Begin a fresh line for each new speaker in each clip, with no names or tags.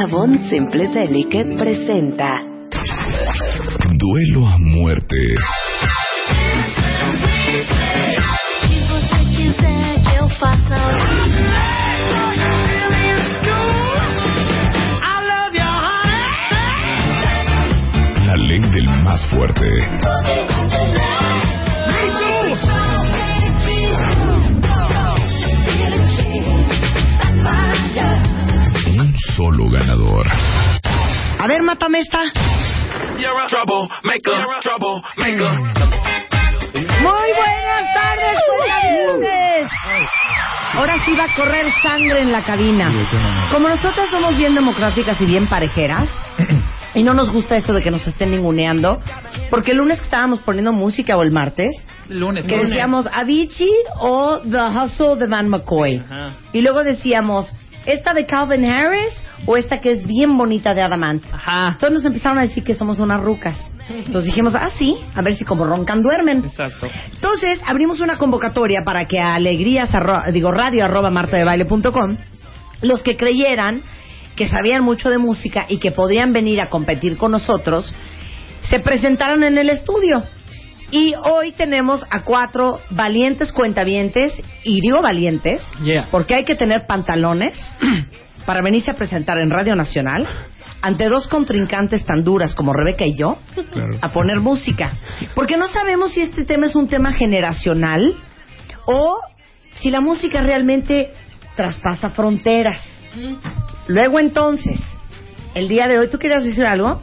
Avon Simple Delicate presenta
Duelo a muerte. La ley del más fuerte. Un solo ganador.
A ver, mátame esta.
Mm.
Muy buenas tardes, cuentavientes. Ahora sí va a correr sangre en la cabina. Como nosotros somos bien democráticas y bien parejeras, y no nos gusta eso de que nos estén ninguneando, porque el lunes que estábamos poniendo música o el martes,
Lunes,
que
lunes.
decíamos Avicii o The Hustle de Van McCoy.
Ajá.
Y luego decíamos, ¿esta de Calvin Harris o esta que es bien bonita de Adamant?
Ajá.
Entonces nos empezaron a decir que somos unas rucas. Entonces dijimos, ah, sí, a ver si como roncan duermen.
Exacto.
Entonces abrimos una convocatoria para que a alegrías, arro- digo, radio arroba martadebaile.com, los que creyeran que sabían mucho de música y que podrían venir a competir con nosotros, se presentaron en el estudio. Y hoy tenemos a cuatro valientes cuentavientes, y digo valientes,
Yeah.
porque hay que tener pantalones para venirse a presentar en Radio Nacional ante dos contrincantes tan duras como Rebeca y yo a poner música. Porque no sabemos si este tema es un tema generacional o si la música realmente traspasa fronteras. Luego entonces, el día de hoy, ¿tú querías decir algo?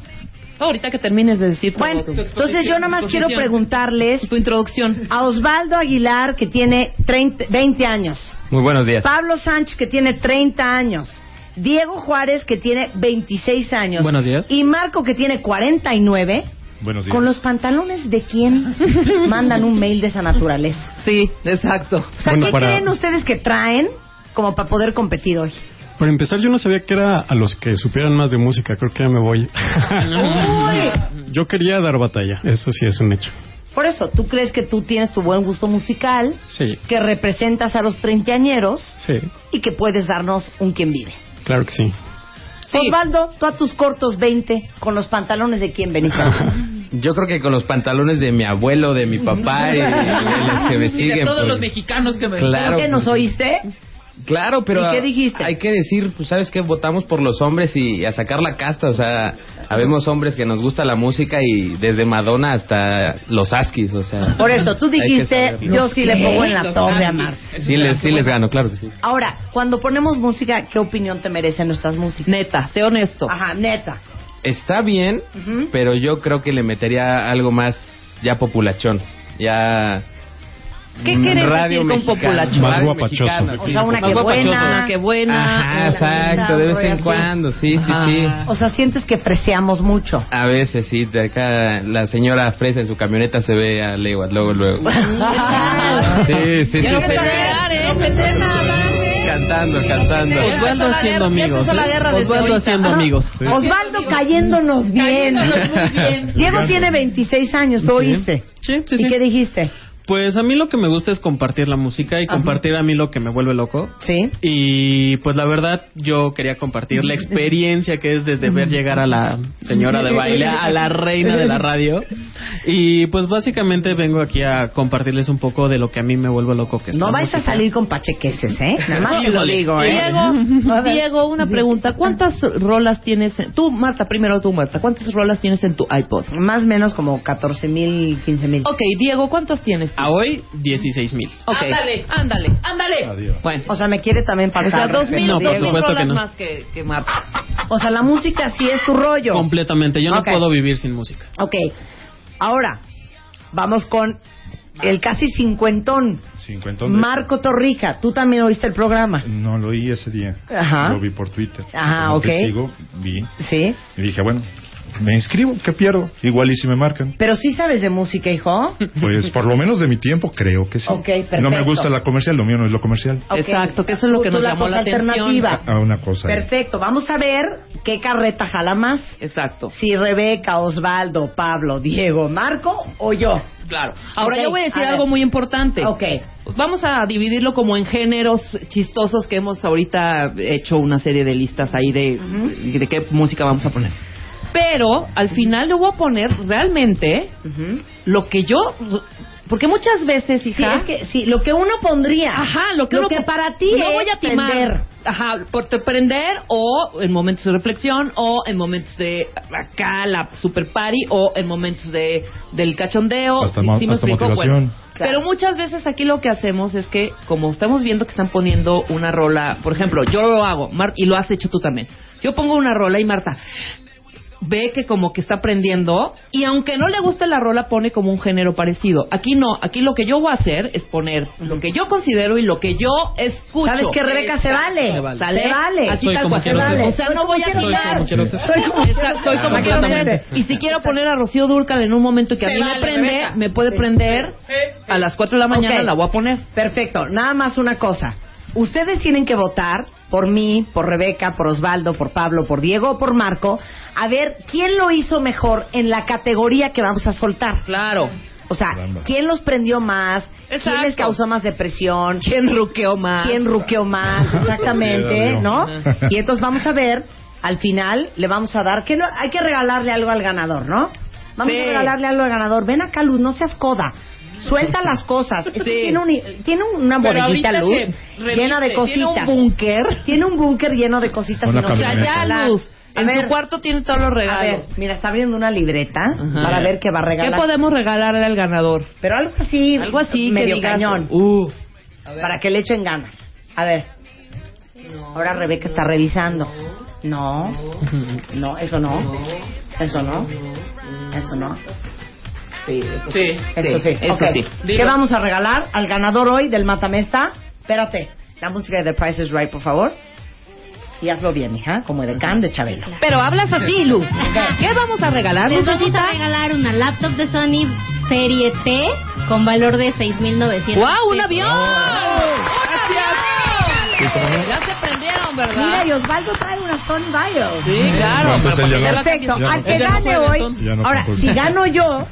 Ahorita que termines de decir tu-
Bueno,
tu
entonces yo nada más
exposición,
quiero preguntarles
Tu introducción.
a Osvaldo Aguilar, que tiene 30 20 años.
Muy buenos días.
Pablo Sánchez, que tiene 30 años. Diego Juárez, que tiene 26 años.
Buenos días.
Y Marco, que tiene 49.
Buenos
¿Con los pantalones de quién mandan un mail de esa naturaleza?
Sí, exacto.
O sea,
Bueno,
¿qué
para-
creen ustedes que traen como para poder competir hoy?
Para empezar, yo no sabía que era a los que supieran más de música. Creo que ya me voy.
Uy.
yo quería dar batalla. Eso sí es un hecho.
Por eso, ¿tú crees que tú tienes tu buen gusto musical,
Sí,
que representas a los treintañeros
sí.
y que puedes darnos un quien vive?
Claro que sí.
Sí.
Osvaldo, tú a tus cortos 20, con los pantalones de quién venís.
Yo creo que con los pantalones de mi abuelo, de mi papá y de los que me
Y
siguen.
de todos
pues.
los mexicanos que me
Claro.
¿Qué nos
pues,
oíste?
Claro, pero
¿Y qué dijiste?
hay que decir, pues sabes que votamos por los hombres y, a sacar la casta, o sea, habemos hombres que nos gusta la música y desde Madonna hasta los Askis, o sea.
Por eso, tú
hay que
dijiste,
saberlo.
yo sí le
¿Qué?
pongo en la
Los
torre a
Yankees.
Mar.
Sí les, sí les gano, claro que sí.
Ahora, cuando ponemos música, ¿qué opinión te merecen nuestras músicas?
Neta, sé honesto.
Ajá, neta.
Está bien,
Ujú.
pero yo creo que le metería algo más ya populachón, ya...
¿Qué
mm,
quieres
radio
decir con
mexicana,
populachón?
Más
radio
guapachoso.
mexicana,
O
sí.
sea, una
pues Más
que
guapachosa,
buena.
una que buena.
Ajá,
la
exacto,
neta,
de vez en
rollo
cuando, sí,
Ajá.
sí, sí.
O sea, sientes que preciamos mucho.
A veces sí, de acá la señora fresa en su camioneta se ve a leguas, luego, luego. Sí, sí,
Ya
sí.
no me torear, ¿eh? No me torear nada, ¿eh?
Cantando, cantando.
Osvaldo haciendo amigos.
¿eh?
Osvaldo haciendo amigos. ¿Eh?
Osvaldo cayéndonos bien.
Cayéndonos muy bien.
Diego tiene 26 años, ¿tú oíste?
Sí, sí,
¿Y
sí.
qué dijiste?
Pues a mí lo que me gusta es compartir la música y compartir a mí lo que me vuelve loco.
Sí.
Y pues la verdad yo quería compartir la experiencia que es desde ver llegar a la señora de baile, a la reina de la radio. Y pues básicamente vengo aquí a compartirles un poco de lo que a mí me vuelve loco que es
No
la
vais a
música.
salir con pachequeses, ¿eh? Nada más te lo
Híjole.
digo, ¿eh? A
Diego,
ver.
Diego, una pregunta. ¿Cuántas rolas tienes? en- Tú, Marta, primero tú, Marta. ¿Cuántas rolas tienes en tu iPod?
Más o menos como 14 mil, 15 mil.
Ok, Diego, ¿cuántas tienes?
A hoy 16 mil.
Ok. Ah, Ándale, ándale, ándale.
Bueno,
O sea, me quiere también
O sea,
pasar.
dos mil,
No, por
dos mil
supuesto que
dólares
no.
más que, que Marta.
O sea, la música sí es tu rollo.
completamente. Yo
Ok.
no puedo vivir sin música.
Ok. Ahora, vamos con el casi cincuentón,
Cincuentón de- Mm.
Marco Torrica. Tú también oíste el programa.
No lo oí ese día.
Ajá.
Lo vi por Twitter.
Ajá,
Como te
ok.
sigo, vi.
Sí.
Y dije, bueno, me inscribo, ¿qué pierdo? Igual y si me marcan.
Pero sí sabes de música, hijo.
Pues por lo menos de mi tiempo creo que sí.
Ok, perfecto.
No me gusta la comercial, lo mío no es lo comercial.
Ok.
Exacto, que eso es lo que
Justo
nos llamó la
cosa
atención.
alternativa.
Ah, A una cosa.
Perfecto, vamos a ver qué carreta jala más.
Exacto.
Si Rebeca, Osvaldo, Pablo, Diego, Marco o yo.
Claro. Ahora
Ok,
yo voy a decir
a ver.
algo muy importante.
Ok.
Vamos a dividirlo como en géneros chistosos que hemos ahorita hecho una serie de listas ahí de, de qué música vamos a poner. Pero al final le voy a poner realmente lo que yo... Porque muchas veces,
Sí,
hija...
es que sí, lo que uno pondría.
Ajá, lo que, uno-
para ti
no
es
voy a timar.
prender.
Ajá, por te prender o en momentos de reflexión o en momentos de acá la super party o en momentos de del cachondeo.
Hasta mo- hasta motivación.
Pero muchas veces aquí lo que hacemos es que como estamos viendo que están poniendo una rola, por ejemplo, yo lo hago, Mar- y lo has hecho tú también. Yo pongo una rola y Marta ve que como que está prendiendo y aunque no le guste la rola pone como un género parecido. Aquí no, aquí lo que yo voy a hacer es poner lo que yo considero y lo que yo escucho.
¿Sabes qué, Rebeca? Se vale.
Se vale.
¿Sale?
Se vale.
Así
Soy
tal
como
cual.
quiero
Se vale.
ser.
O sea,
Soy
no
como
voy a
quiero
ser.
tirar.
Soy como quiero ser.
Exacto, Soy como, quiero ser. Y si quiero poner a Rocío Durcal en un momento que a
Se
mí me
vale,
prende,
Rebeca.
me puede prender a las 4 de la mañana
Ok.
la voy a poner.
Perfecto, nada más una cosa. Ustedes tienen que votar por mí, por Rebeca, por Osvaldo, por Pablo, por Diego o por Marco, a ver quién lo hizo mejor en la categoría que vamos a soltar.
Claro.
O sea,
Caramba.
¿quién los prendió más? ¿Quién
Exacto.
les causó más depresión?
¿Quién ruqueó más?
¿Quién ruqueó más? Exactamente,
Dios mío.
¿no?
Ajá.
Y entonces vamos a ver, al final le vamos a dar, que no, hay que regalarle algo al ganador, ¿no? Vamos
Sí.
a regalarle algo al ganador. Ven acá, Luz, no seas coda. Suelta las cosas. Esto
Sí.
tiene, un- tiene una
Pero
bodeguita
ahorita
luz
se reviste,
llena de
tiene
cositas.
un búnker.
Tiene un búnker lleno de cositas.
Una
y no se
O sea,
camioneta.
ya
regalar.
Luz,
A
en
ver,
su cuarto tiene todos los
A ver,
regalos.
mira, está abriendo una libreta
Ajá.
para ver qué va a regalar.
¿Qué podemos regalarle al ganador?
Pero algo así, pues,
Algo así
medio
que digas,
cañón.
Uf.
para que le echen ganas. A ver. Ahora Rebeca está revisando. No. No, eso no. Eso no. Eso no.
Sí, eso sí.
Eso sí.
Eso
Ok.
sí.
¿Qué vamos a regalar al ganador hoy del Matamesta? Espérate. La música de The Price is Right, por favor. Y hazlo bien, hija, como de Can de Chabelo.
Pero hablas así, Luz. ¿Qué vamos a regalar,
Les vamos
Lucecita?
a regalar una laptop de Sony Serie T con valor de 6.900.
¡Guau, un
pesos.
avión!
Oh.
¡Un avión! Ya se prendieron,
Mira,
¿verdad?
y Osvaldo trae una Sony Bio.
Sí, claro.
No, pues
pero
él ya
porque
no-
la
Ya
Perfecto.
no-
Al
Ya
que
no
gane
puede,
hoy.
entonces.
Ya no
Ahora,
concurso.
si gano yo,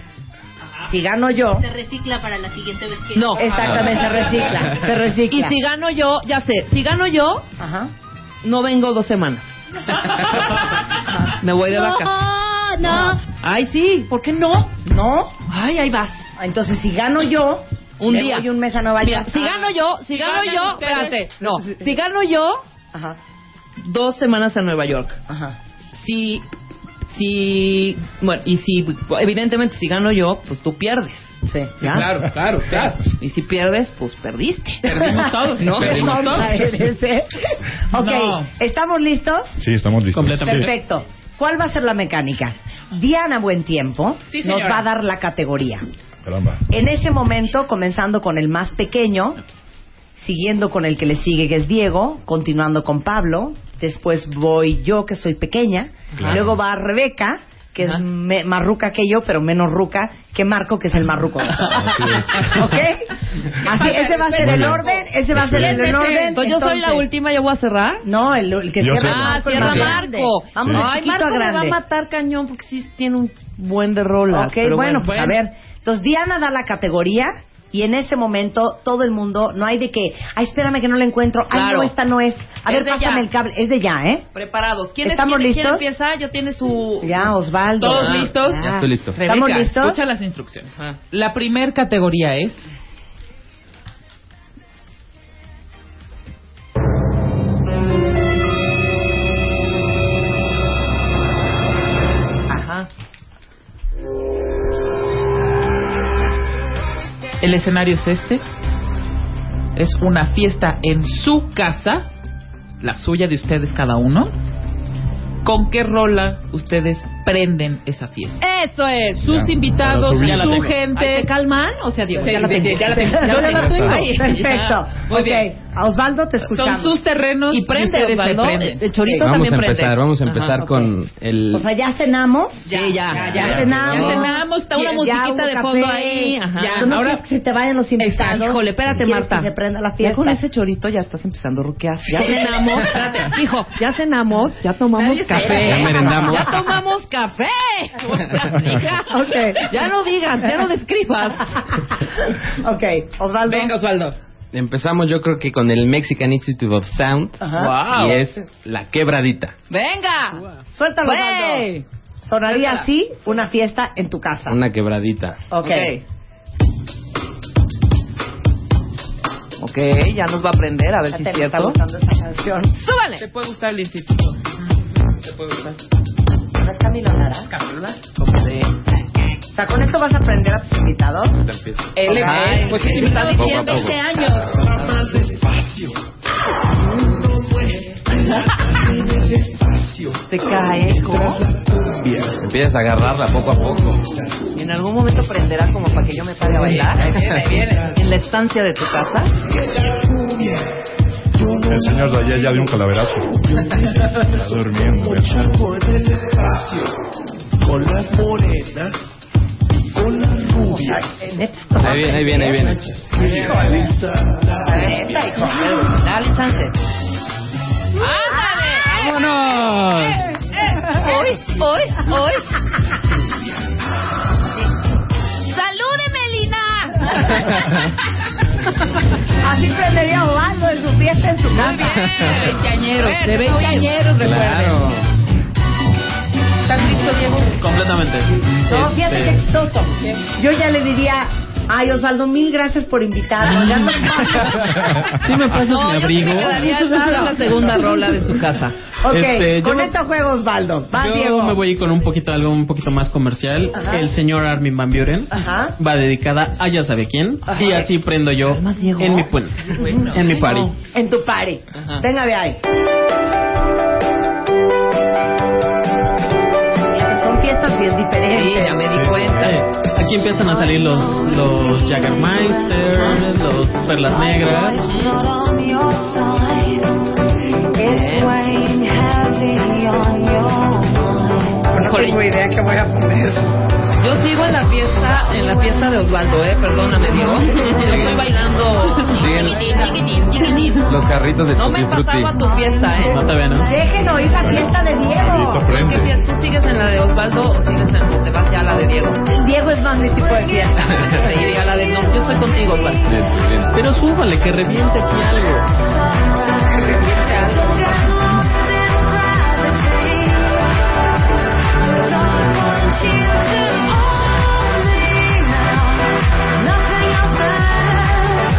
si gano yo,
Se recicla para la siguiente vez que...
No.
exactamente se recicla, se
Y
recicla.
si gano yo, ya sé, si gano yo,
Ajá.
no vengo dos semanas. Me voy de vaca.
No, no.
Ay, sí, ¿por qué no?
No,
Ay, ahí vas.
entonces si gano yo,
Un
le
día.
voy un mes a Nueva
Mira,
York.
si gano yo, si gano yo, espérate, no, si gano yo,
Ajá,
dos semanas a Nueva York.
ajá.
Si, si, bueno, y si, evidentemente, si gano yo, pues tú pierdes.
Sí.
¿ya?
Claro, claro, claro.
Y si pierdes, pues perdiste.
Perdimos todos,
¿no?
Perdimos todos.
Tonta eres, ¿eh? Ok,
No.
¿estamos listos?
Sí, estamos listos.
Completamente.
Perfecto. ¿Cuál va a ser la mecánica? Diana Buen Tiempo
Sí,
nos
señora.
va a dar la categoría.
Caramba.
En ese momento, comenzando con el más pequeño, siguiendo con el que le sigue, que es Diego, continuando con Pablo, después voy yo, que soy pequeña,
Claro.
luego va Rebeca, que es
Ajá.
me- más ruca que yo, pero menos ruca, que Marco, que es el más ruco. ¿Ok?
Así es.
Así, ese va a ser
Muy
el
bien.
orden, ese va a ser el en orden.
Entonces, Pues yo soy la
Entonces,
última, ya voy a cerrar.
No, el, el que
Yo
cierra
soy la
Ah,
Marco, el
cierra
pues más grande.
Marco.
Vamos
Sí.
de
Ay,
chiquito
Marco
a
me va a
grande.
matar cañón porque sí tiene un buen de rolas.
Ok,
pero
bueno, pues a ver. Entonces Diana da la categoría y en ese momento todo el mundo, no hay de que, ay, espérame que no la encuentro, ay,
Claro.
no, esta no es. A
Es
ver,
de
pásame
ya.
el cable, es de ya, ¿eh?
Preparados. ¿Quién, es-
¿Estamos
quién-
listos?
¿Quién empieza? Ya tiene su...
Ya, Osvaldo.
¿Todos
Ah,
listos?
Ya estoy listo.
¿Estamos
Rebeca,
listos?
Escucha las instrucciones. La primer categoría es
Ajá.
el escenario es este. Es una fiesta en su casa, la suya de ustedes cada uno. ¿Con qué rola ustedes prenden esa fiesta.
Eso es.
Sus
Ya,
invitados,
para subir. Ya la
su
tengo.
gente.
¿Te calman? O sea, Diego,
Sí,
ya, la
sí,
tengo.
sí, ya la tengo.
Ya
Yo ya la tengo.
Ay,
Perfecto.
ya. Muy
Ok.
bien.
A Osvaldo te escuchamos.
sus terrenos
Y prende,
ustedes se
Osvaldo.
prenden.
El chorito
vamos
también
a
prende.
empezar, vamos a
Ajá,
empezar
ok.
con el...
O
Pues
sea, ¿ya cenamos?
Sí, ya.
Ya,
ya.
cenamos.
Ya cenamos, está una
Ya
musiquita
hubo
de
café.
fondo ahí, ajá.
Ya, Tú no
Ahora-
quieres que se te vayan los invitados.
Exacto. Híjole, espérate,
Quieres
Marta.
Que se prenda la
Ya
fiesta.
con ese chorito ya estás empezando a ruquear. Ya cenamos, espérate, hijo, ya cenamos, ya tomamos
Nadie se-
café.
Ya merendamos.
Ya tomamos café. O sea, hija, Ya no digas, ya no describas.
Ok, Osvaldo.
Venga, Osvaldo.
Empezamos yo creo que con el Mexican Institute of Sound
Ajá.
y es La Quebradita,
Venga.
Suéltalo,
Güey.
Osvaldo. Sonaría
Pues, Suéltala.
así una fiesta en tu
Ah.
casa.
una quebradita.
Ok.
Ok, ya nos va a aprender, a ver
Ya
si
te
es
me está
cierto.
gustando esta canción.
¡Súbale!
Te puede gustar el instituto. Te puede gustar.
¿No es Camilo Lara?
Sí.
O sea, con esto vas a aprender a tus invitados.
Él
Ay,
es, pues sí, me estás
Poco a
diciendo
poco.
este año. Te cae, hijo.
Empiezas a agarrarla poco a poco.
En algún momento aprenderá como para que yo me pare a bailar. Ahí viene, ahí viene. En la estancia de tu casa.
El señor de allá ya dio un calaverazo. Está durmiendo. ya.
Ahí viene, ahí viene, ahí viene.
Esta, hijo.
Dale chance. ¡Ándale! ¡Eh,
¡Vámonos!
Hoy, hoy, hoy. ¡Salúdeme, Lina!
Así prendería Osvaldo en su fiesta, en su casa.
De veinteañeros, de
de
veinteañeros, recuerden.
Claro.
¿Estás listo, Diego?
Completamente. Este,
No,
Este,
fíjate qué exitoso. Yo ya le diría, ay Osvaldo, mil gracias por invitarnos. Ya nos vamos.
Sí me pasas
No,
mi
yo sí
abrigo.
me quedaría hasta la segunda rola de su casa.
Ok,
Este, yo-
con esto juego Osvaldo. Va,
Yo
Diego.
me voy a ir con un poquito algo un poquito más comercial.
Ajá.
El señor Armin Van Buren
Ajá.
va dedicada a ya sabe quién
Ajá.
y así prendo yo
Calma, Diego.
en mi pun- en mi party.
En tu party.
Ajá.
Venga, ve ahí. Son fiestas bien
Sí,
diferentes.
ya me di
Eh,
cuenta.
Aquí empiezan a salir los los Jagermeister, los Perlas Negras.
No
Híjole.
tengo idea que voy a poner.
Yo sigo en la fiesta, en la fiesta de Osvaldo, eh, perdóname, Diego. Yo estoy bailando chiquitín, chiquitín, chiquitín.
Los carritos de
No me
Tutti
he pasado a
Frutti.
tu fiesta, eh.
No te vean, ¿no?
Déjenlo ir la fiesta de Diego.
¿Tú qué fiesta- ¿Tú sigues en la de Osvaldo o sigues en te vas ya a la de Diego?
Diego es más mi tipo de fiesta.
Te iría a la de no, yo estoy contigo, pues. Osvaldo.
Bien, bien.
Pero súbale que reviente aquí algo.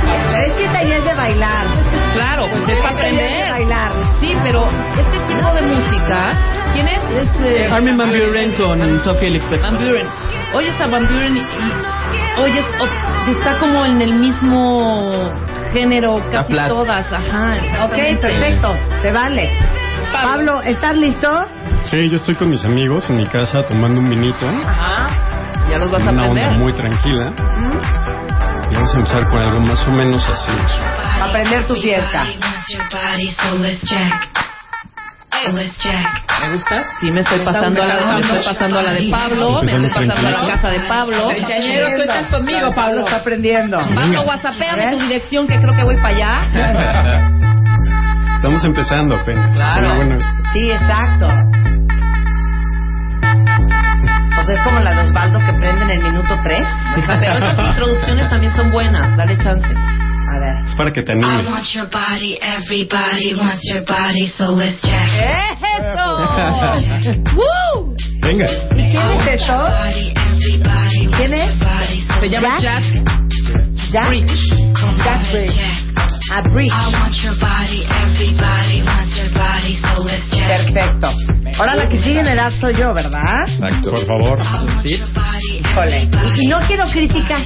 Pero es que también es de bailar.
Claro, pues es para
Es de
aprender.
bailar.
Sí, pero este tipo de música, ¿quién es? Este,
Armin Van Buren con Sofía Lixbeck.
Van Buren. Oye, está Van Buren y, y- oye, es- o- está como en el mismo género casi
flat.
todas, ajá.
Ok,
exactamente.
perfecto. Se vale. Pablo, ¿estás listo?
Sí, yo estoy con mis amigos en mi casa tomando un vinito.
Ajá. Ya los vas a
una onda
aprender.
muy tranquila. Y vamos a empezar con algo más o menos así.
Aprender tu fiesta.
¿Me gusta? Sí, me estoy pasando a la, me estoy pasando a la de Pablo, me estoy
Empezamos
pasando a la
pues, tranquilos.
casa de Pablo.
Veinteañero, tú estás conmigo,
Pablo está aprendiendo.
Pablo, whatsappeame tu dirección que creo que voy para allá.
Estamos empezando apenas.
Claro.
Pero bueno, es-
Sí, exacto. O sea, es como la de Osvaldo que prenden en el minuto 3.
Pero esas introducciones también son buenas, dale chance.
A ver.
es para que te animes.
¡Eso! ¡Woo!
Venga.
¿Y quién es eso? ¿Quién es?
Se llama Jack.
Jack. Jack Bridge. A Bridge. Perfecto. Ahora la que sigue en edad soy yo, ¿verdad?
Exacto. Por favor.
Sí,
Híjole. Y no quiero críticas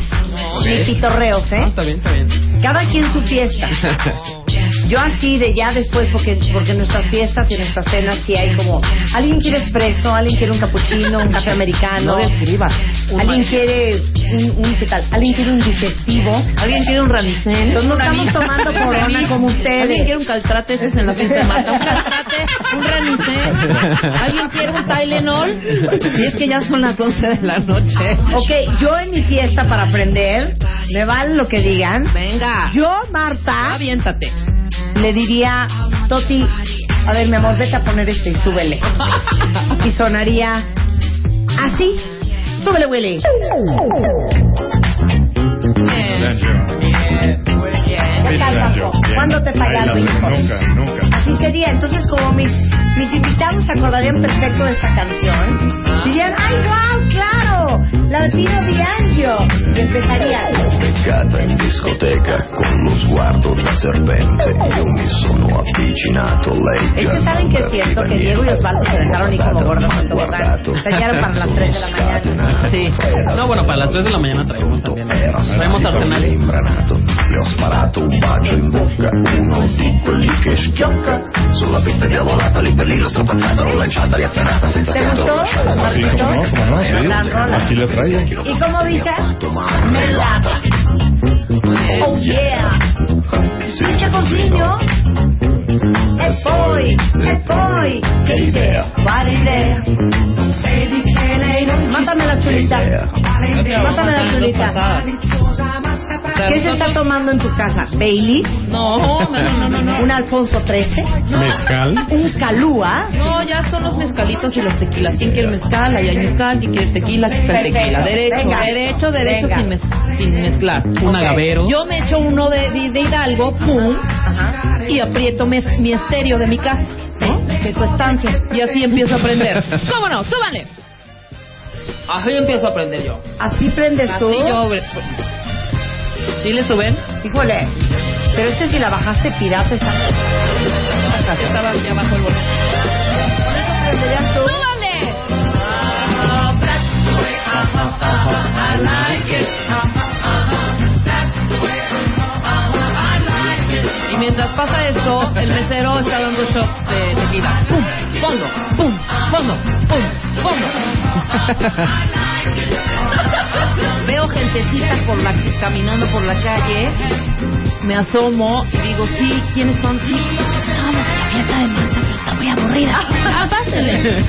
ni pitorreos, ¿eh?
está bien, está bien.
Cada quien su fiesta. Yo así de ya después, porque, porque en nuestras fiestas y en nuestras cenas sí hay como, alguien quiere espresso, alguien quiere un cappuccino, un café americano.
No describa.
Alguien quiere un, un ¿qué tal? Alguien quiere un digestivo.
Alguien quiere un ramicén.
Entonces no
Un
estamos
ramis-
tomando corona como ustedes.
Alguien quiere un caltrate, ese es en la fiesta de Marta. Un caltrate, un ranicén. Alguien quiere un Tylenol. Y es que ya son las 11 de la noche.
Ok, yo en mi fiesta para aprender, me vale lo que digan.
Venga.
Yo, Marta,
Aviéntate.
le diría, Toti, a ver, mi amor, vete a poner este y súbele. Y sonaría así. Súbele, Willy.
Bien, yo.
Ya
Bien,
cálmate.
yo. Bien.
¿Cuándo te pagaron,
Bailando.
hijo?
Nunca, nunca.
Así sería. Entonces, como mis, mis invitados se acordarían perfecto de esta canción, dirían, ¡ay, wow, claro! La Tino Bianchio. Y empezarían.
Beccata in discoteca con lo sguardo da serpente. Io mi sono avvicinato, lei
Es que
già
saben que siento que Diego y Osvaldo se dejaron y como gordos en tobogán. Se hallaron para las 3 de la mañana.
Sí. No, bueno, para las 3 de la mañana traemos también. Traemos
Arsenale
arsenal.
imbranato. Le ho sparato un bacio in bocca, uno di quelli che schiocca. Sulla pista diavolata, lì per lì l'ho strapazzata, l'ho lanciata, riafferrata senza
¿Te
fiato.
gustó,
l'ho lasciata
Sí,
morire.
cómo no, cómo no, sí.
La rola.
Aquí la traigo.
¿Y cómo dice? Mermelada. Oh yeah. Al chaponcillo. Es boy, es boy.
Che idea,
Vale idea. Mátame la
che
chulita.
idea.
Mátame la chulita. ¿Qué se está tomando en tu casa? ¿Bailey?
No, no, no, no, no.
¿Un Alfonso 13?
Mezcal.
¿Un Calúa?
No, ya son los mezcalitos y los tequilas. ¿Quién quiere mezcal? Ahí hay mezcal. ¿Quién quiere tequila? Aquí está el tequila.
Perfecto.
Derecho,
Venga.
derecho, derecho,
Venga.
sin, mez- sin mezclar.
Un agavero.
Yo me echo uno de, de, de Hidalgo, pum, y aprieto mi, mi estéreo de mi casa. ¿no?
De tu estancia.
Y así empiezo a aprender. ¿Cómo no? ¡Súbanle! Así empiezo a aprender yo.
¿Así prendes tú?
Así yo... ¿Sí le suben?
Híjole, pero este si la bajaste pirata está...
Estaba ya bajo el bolso.
Prenderías tú.
¡Súbanle! Y mientras pasa esto, el mesero está dando shots de tequila. ¡Pum! ¡Pongo! ¡Pum! ¡Pongo! ¡Pum! ¡Pongo! Veo gentecita por la, caminando por la calle. Me asomo y digo, sí, ¿quiénes son? Sí, estábamos en la fiesta de Marta, pero está muy aburrida. Ah, pásele.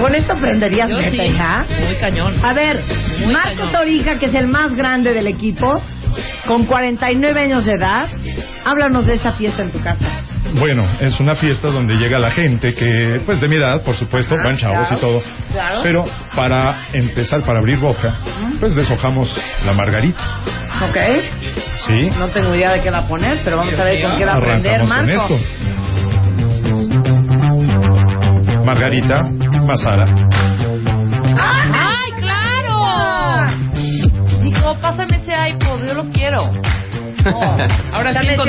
Con esto prenderías
Yo
neta,
sí.
hija.
Muy cañón.
A ver,
Muy
Marco
cañón.
Torija, que es el más grande del equipo, con 49 años de edad, háblanos de esa fiesta en tu casa.
Bueno, es una fiesta donde llega la gente que, pues de mi edad, por supuesto,
Ah,
van chavos
claro,
y todo.
claro.
Pero para empezar, para abrir boca, pues deshojamos la margarita,
¿Ok?
¿sí?
No tengo idea de qué la poner, pero vamos a ver con qué va a aprender,
Arrancamos con
Marco.
esto. Margarita Masara.
¡Ay, claro! Dijo, pásame ese iPod, yo lo quiero.
Ahora sí
Dame ese iPhone.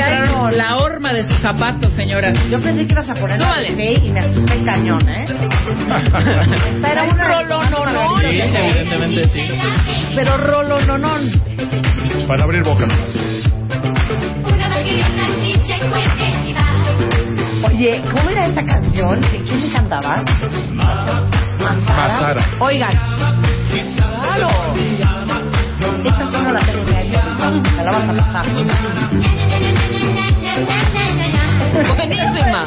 encontraron la horma de sus zapatos, señora.
Yo pensé que ibas a poner la
Súbale.
de Faye y me asusté cañón, ¿eh? Pero un rolón, no, no.
Sí, evidentemente sí.
Pero rolón, no, no.
Para abrir boca.
Oye, ¿cómo era esa canción? ¿De quién le cantaba?
Masara.
Oigan. Claro. Esta sí no la tengo ni idea. Me la vas a pasar.
Buenísima.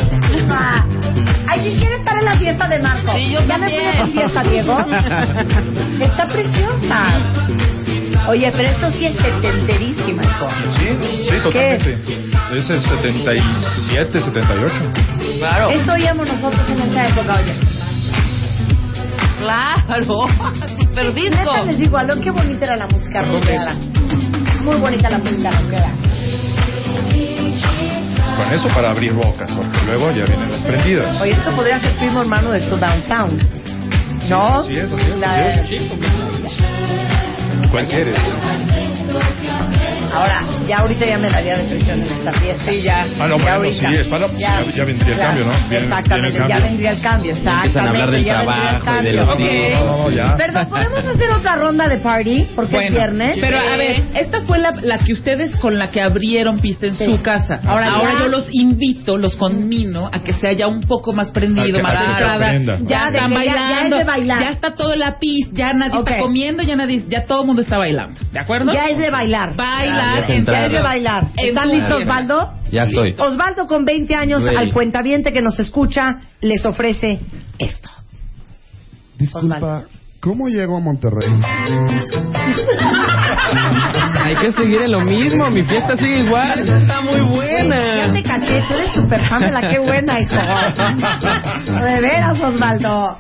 Ah, Ay, si quiero estar en la fiesta de Marco.
Sí, yo
¿Ya me fui a tu
también.
fiesta, Diego? Está preciosa. Oye, pero esto sí es setenterísima, hijo.
Sí, sí, totalmente. Es el 77, 78.
Claro.
Esto oíamos nosotros en esa época, oye.
Claro. Super disco.
Neta les digo, Alon, qué bonita era la música rockera. Muy bonita la música rockera.
Con eso para abrir boca, porque luego ya vienen las prendidas.
Oye, esto podría ser primo hermano de Down Sound. ¿No?
Así es, así es,
La-
así es. ¿Cuál quieres?
Ahora, ya ahorita ya me daría depresión en esta fiesta. Sí, ya.
Ah, no,
ya
bueno, sí, es para- ya- ya vendría el cambio, ¿no? Viene- viene el
exactamente,
cambio.
ya vendría el cambio, exactamente.
empiezan a hablar del
ya vendría el
trabajo y de
cambio.
los hijos.
Ok.
No, no, ya.
Perdón, ¿podemos hacer otra ronda de party? Porque es este viernes. eh,
Pero a ver, esta fue la, la que ustedes con la que abrieron pista en su casa. Ahora,
Ahora ya-
yo los invito, los conmino a que se haya un poco más
A
prendido,
que-
más
a que se
centrada.
prenda.
Ya
Ah, de
están
que ya- ya
bailando.
es de bailar.
ya está toda la pista, ya nadie
Ok.
está comiendo, ya nadie, ya todo el mundo está bailando. ¿De acuerdo?
Ya es de bailar.
Bailar,
Ya, ya
Ya,
entraron.
es de bailar.
En
¿Están
tu
listos,
tierra.
Osvaldo?
Ya estoy.
Osvaldo, con 20 años,
Ready.
al cuentaviente que nos escucha, les ofrece esto. Pues,
Disculpa, ¿cómo llego a Monterrey?
Hay que seguir en lo mismo, mi fiesta sigue igual. Esa Está muy
Ya te
buena.
caché, tú eres súper Pamela, qué buena, hijo. De veras, Osvaldo.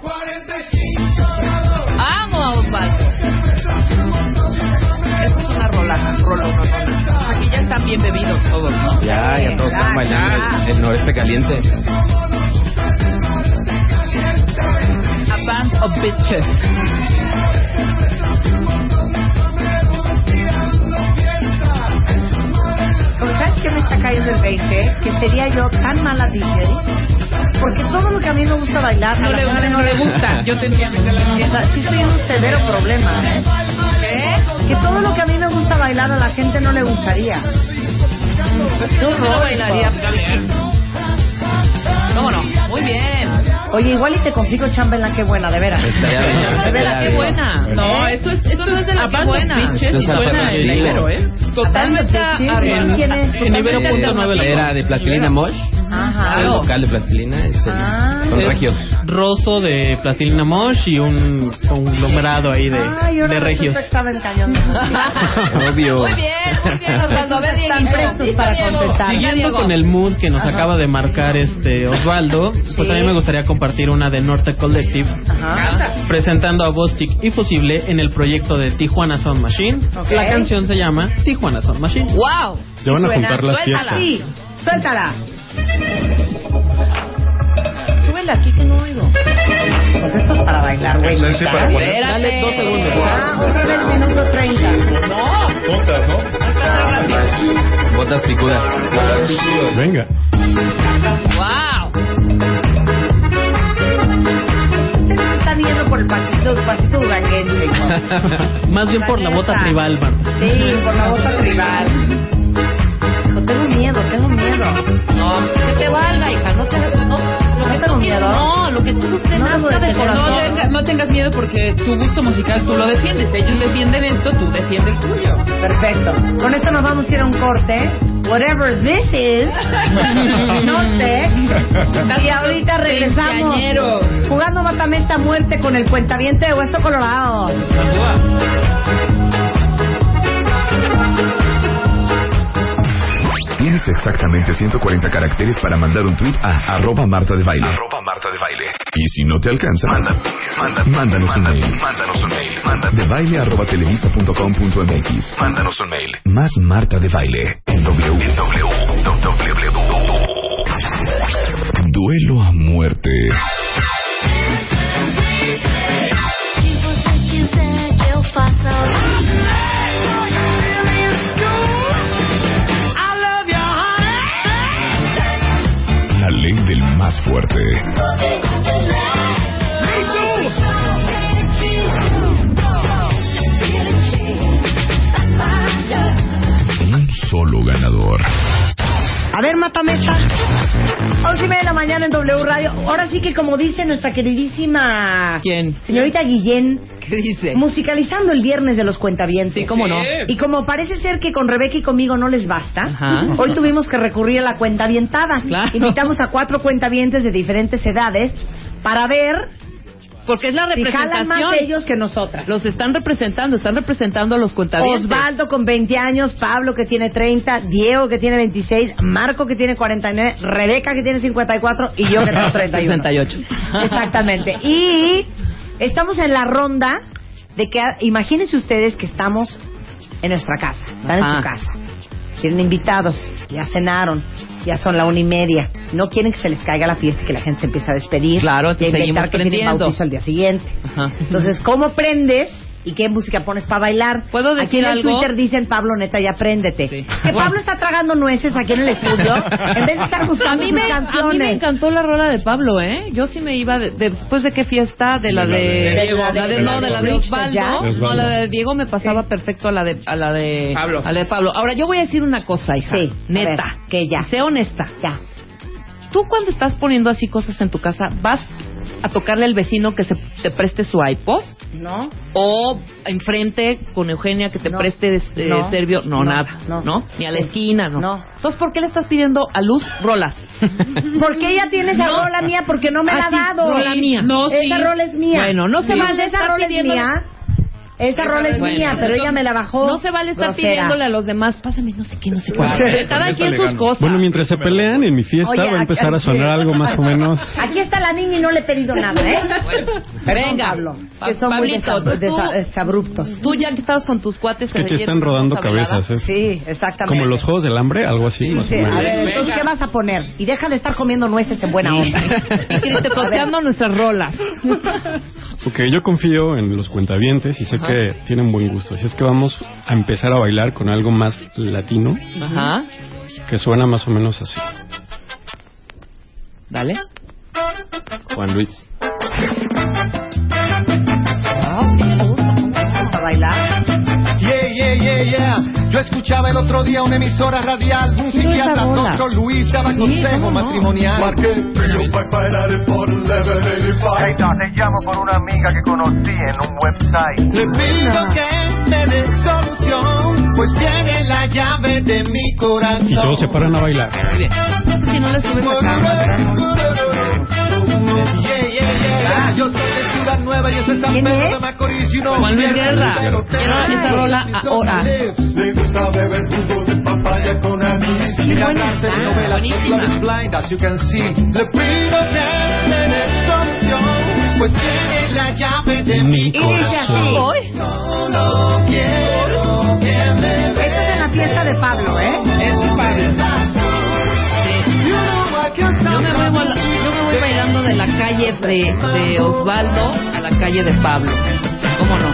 Amo a Osvaldo. Esa es una rola, rola, rola, rola. Aquí ya están bien bebidos todos, ¿no?
Ya, ya todos están bailando el, el noreste este caliente.
A band of bitches.
Pero ¿Sabes qué me está cayendo el 20? Que sería yo tan mala DJ. Porque todo lo que a mí me gusta bailar,
No
a la
le
gente
gusta, no le gusta. Yo te entiendo.
O sea, sí soy un severo problema. ¿Qué? Que todo lo que a mí me gusta bailar a la gente no le gustaría.
Yo no bailaría. ¿Cómo no? Muy bien.
Oye, igual y te consigo chamba en la que buena, de veras.
Estaría bien.
De veras,
Qué buena. ¿Eh?
No, esto es, esto es de la que buena.
Esto es
y buena
Zapata
en
Rodrigo.
Ibero, ¿eh?
Totalmente
Sí,
armada.
¿quién es?
En Ibero punto nueve la
Eh, Era de Plastilina Mosh.
Ajá.
El vocal de Plastilina es
Ah.
el, son
Es
regios.
Rosso de Plastilina Mosh y un conglomerado ahí de,
Ay, ahora
de regios.
resulta que estaba engañando.
Obvio.
Muy bien, muy bien, Osvaldo. A ver,
Están prestos
Dieguito.
para contestar.
Siguiendo
Diego.
con el mood que nos
Ajá.
acaba de marcar este Osvaldo, pues a mí me gustaría compartir una de Norte Collective,
Ajá.
presentando a Bostic y Fusible en el proyecto de Tijuana Sound Machine.
Ok.
La canción se llama Tijuana Sound Machine.
¡Wow!
Ya van a
Suena.
juntar las
Suéltala.
fiestas.
Sí, suéltala.
Súbela aquí que no oigo.
Pues esto es para bailar, güey.
Eso
Pues
es, sí, para poner
Espérate.
Dale dos segundos.
Ah, otra vez minuto 30.
botas, ¿no?
Botas picudas.
Venga.
¡Wow!
Ustedes están yendo por el pasito, pasito duranguense.
Más bien por la bota tribal, man.
Sí, por la bota tribal. Yo tengo miedo, tengo miedo.
No, que te valga, hija. No te no, lo que
¿No te
tú
da
quieres,
miedo?
no, lo que tú te
No,
nazca del
No,
no,
corazón.
tenga- no tengas miedo porque tu gusto musical tú lo defiendes. Ellos defienden esto, tú defiendes el tuyo.
Perfecto. Con esto nos vamos a ir a un corte. Whatever this is, no sé. Y ahorita regresamos
Veinteañeros.
jugando matamenta a muerte con el cuentaviente de hueso colorado.
Tienes exactamente 140 caracteres para mandar un tweet a arroba Marta de Baile. Y si no te alcanza, mándanos un mail. De baile arroba televisa.com.mx. Mándanos un mail. Más Marta de Baile. En W. Duelo a muerte. La ley del más fuerte. Un solo ganador.
A ver, matamenta. 11 y media de la mañana en W Radio. Ahora sí que, como dice nuestra queridísima
¿Quién?
señorita Guillén,
¿Qué dice?
musicalizando el viernes de los cuentavientes.
Sí, cómo no.
Y como parece ser que con Rebeca y conmigo no les basta,
Ajá.
hoy tuvimos que recurrir a la cuentavientada.
Claro.
Invitamos a cuatro cuentavientes de diferentes edades para ver
Porque es la
si jalan más
representación.
ellos que nosotras.
Los están representando, están representando a los cuentavientes.
Osvaldo con 20 años, Pablo que tiene 30, Diego que tiene 26, Marco que tiene 49, Rebeca que tiene 54 y yo que tengo 31.
68.
Exactamente. Y estamos en la ronda de que, imagínense ustedes que estamos en nuestra casa, están en
Ajá.
su casa. Tienen invitados, ya cenaron, ya son la una y media. No quieren que se les caiga la fiesta y que la gente se empiece a despedir. y
Claro,
a
seguimos
inventar que tienen
prendiendo.
bautizo al día siguiente.
Ajá.
Entonces, ¿cómo prendes ¿Y qué música pones para bailar?
¿Puedo
Aquí
decir
en el
algo?
Twitter dicen, Pablo, neta, ya apréndete. Que
Bueno.
Pablo está tragando nueces aquí en el estudio. En vez de estar
a
buscando
mí
sus
me,
canciones.
A mí me encantó la rola de Pablo, ¿eh? Yo sí me iba de- de- después de qué fiesta, de la de,
Diego.
la de- no, de la de
¿Ya?
Osvaldo, no,
Osvaldo.
la de Diego me pasaba perfecto a la de a la de Pablo. A la de Pablo. Ahora yo voy a decir una cosa, hija, neta, que ya. Sé honesta.
Ya.
Tú cuando estás poniendo así cosas en tu casa, vas a tocarle al vecino que se te preste su iPod
¿No?
o enfrente con Eugenia que te preste este
No.
Servio, no,
No.
nada, no. Ni a la esquina, no. Entonces, ¿por qué le estás pidiendo a Luz rolas?
Porque ella tiene esa
No.
rola mía, porque no me
Ah,
la ha
sí,
dado.
rola mía. No,
Esa
sí.
rola es mía.
Bueno, no se
Sí.
vale
Esa
estar
rola es
pidiéndole-
mía. Esa rola es
Bueno,
mía, pero
entonces,
ella me la bajó.
No se vale estar
Grosera.
pidiéndole a los demás, pásame no sé qué, no sé cuál. Cada quien sus cosas.
Bueno, mientras se pelean en mi fiesta
Oye,
va a empezar a
aquí-
sonar algo más o menos.
Aquí está la niña y no le he pedido nada, ¿eh?
Venga,
Pablo,
Pa-
que son
Pablito,
muy desa-
tú-
desa- desabruptos.
Tú ya que estabas con tus cuates...
Es que te
ayer
están
con
rodando
esa velada,
cabezas. Es
Sí, exactamente.
Como los juegos del hambre, algo así. más o
Pues
Sí,
menos.
a ver, entonces, ¿qué vas a poner? Y deja de estar comiendo nueces en buena onda.
Y criticoteando nuestras rolas.
Porque yo confío en los cuentavientes y sé
Ajá.
que tienen buen gusto. Así es que vamos a empezar a bailar con algo más latino
Ajá,
que suena más o menos así.
dale.
Juan Luis.
a bailar.
Yeah, yeah, yeah, yeah. Yo escuchaba el otro día una emisora radial, un
Quiero esa
psiquiatra,
bola.
otro Luis daba consejo matrimonial.
Eita, te llamo por una amiga que conocí en un website.
Le pido que me dé solución, pues tiene la llave de mi corazón.
Y todos se paran a bailar.
Muy bien. Si no le subes acá.
Yeah, yeah, yeah. Ah, Yo soy de Ciudad Nueva y este es San Pedro de Macorís. y no
Juan Luis
pierdo
Guerra.
el hotel.
Quiero esta rola ahora.
Le gusta beber jugo de papaya con anís. Y hablar de novelas de Flores Blind, as you can see. Le pido que me dé solución, pues tiene la llave de mi corazón. No lo quiero que me
Esta es en la fiesta de Pablo, ¿eh?
Yo me voy, vola- yo me voy bailando de la calle de, de Osvaldo a la calle de Pablo. ¿Cómo no?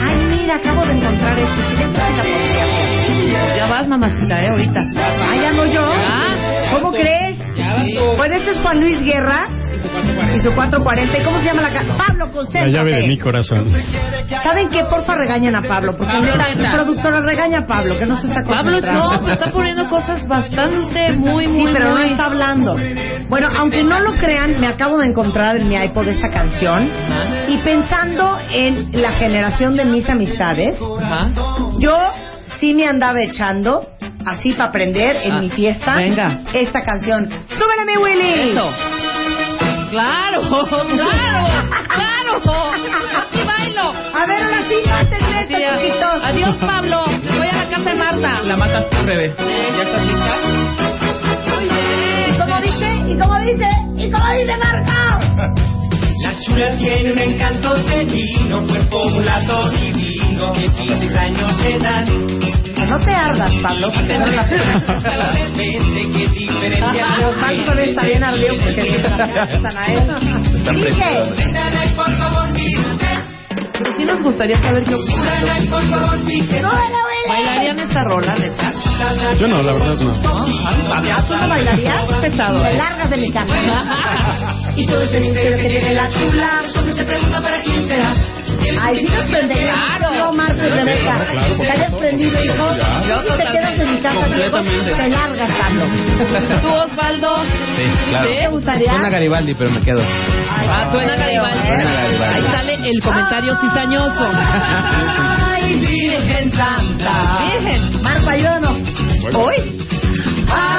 Ay, mira, acabo de encontrar esto. Sí, de verdad, la podría hacer.
Ya vas, mamacita, ¿eh? Ahorita.
Ah, ya no yo.
Ya.
¿Cómo
Ya.
crees?
Ya vas tú.
Bueno, este es Juan Luis Guerra. Y su 440. ¿Y ¿Cómo se llama la casa? Pablo,
La
concéntrate.
llave de mi corazón.
¿Saben qué? Porfa, regañen a Pablo. Porque
Pablo,
neta,
Ah, neta.
productora regaña a Pablo, que no se está
Pablo,
concentrando.
no, pero está poniendo cosas bastante muy, muy,
Sí, pero no
muy-
está hablando. Bueno, aunque no lo crean, me acabo de encontrar en mi iPod esta canción. Y pensando en la generación de mis amistades,
¿Ah?
yo sí me andaba echando, así para aprender en
Ah,
mi fiesta,
venga.
esta canción. ¡Súbele, mi Willy!
Eso. Claro, claro, claro. Así bailo.
A ver, ahora sí, este mátenme estos
Así,
chiquitos.
Adiós, Pablo. Me Voy a la casa de Marta.
La matas tú, Rebe. ¿Ya estás lista?
¿Y cómo dice? ¿Y cómo dice? ¿Y cómo dice Marco?
La chula tiene un encanto divino, cuerpo mulato divino, de 16 años de edad.
Que no te ardas, Pablo. porque no la-
Vente, qué diferencia.
Ajá, Marco debe estar bien ardido porque sí, están a eso. Dije,
Sí nos gustaría saber qué opinan. ¿Bailarían esta rola, neta?
Yo no, la verdad no.
¿tú no bailarías?
Pesado,
Te
¿eh? Ah,
largas de mi casa.
Y todo ese misterio que tiene la chula, solo se pregunta para quién será.
Ay, sí nos prenderías. No, Marco, de verdad.
Claro.
Te hayas prendido, hijo.
Yo
Y te quedas en mi casa, hijo.
Completamente.
Te largas, Pablo.
¿Tú, Osvaldo?
Sí, claro.
¿Te gustaría?
Suena Garibaldi, pero me quedo.
Ah, suena
¿eh?
Garibaldi.
Suena Garibaldi.
Ahí sale el comentario cizañoso.
Ay, Virgen Santa.
Virgen.
Marco, ayúdanos.
Hoy.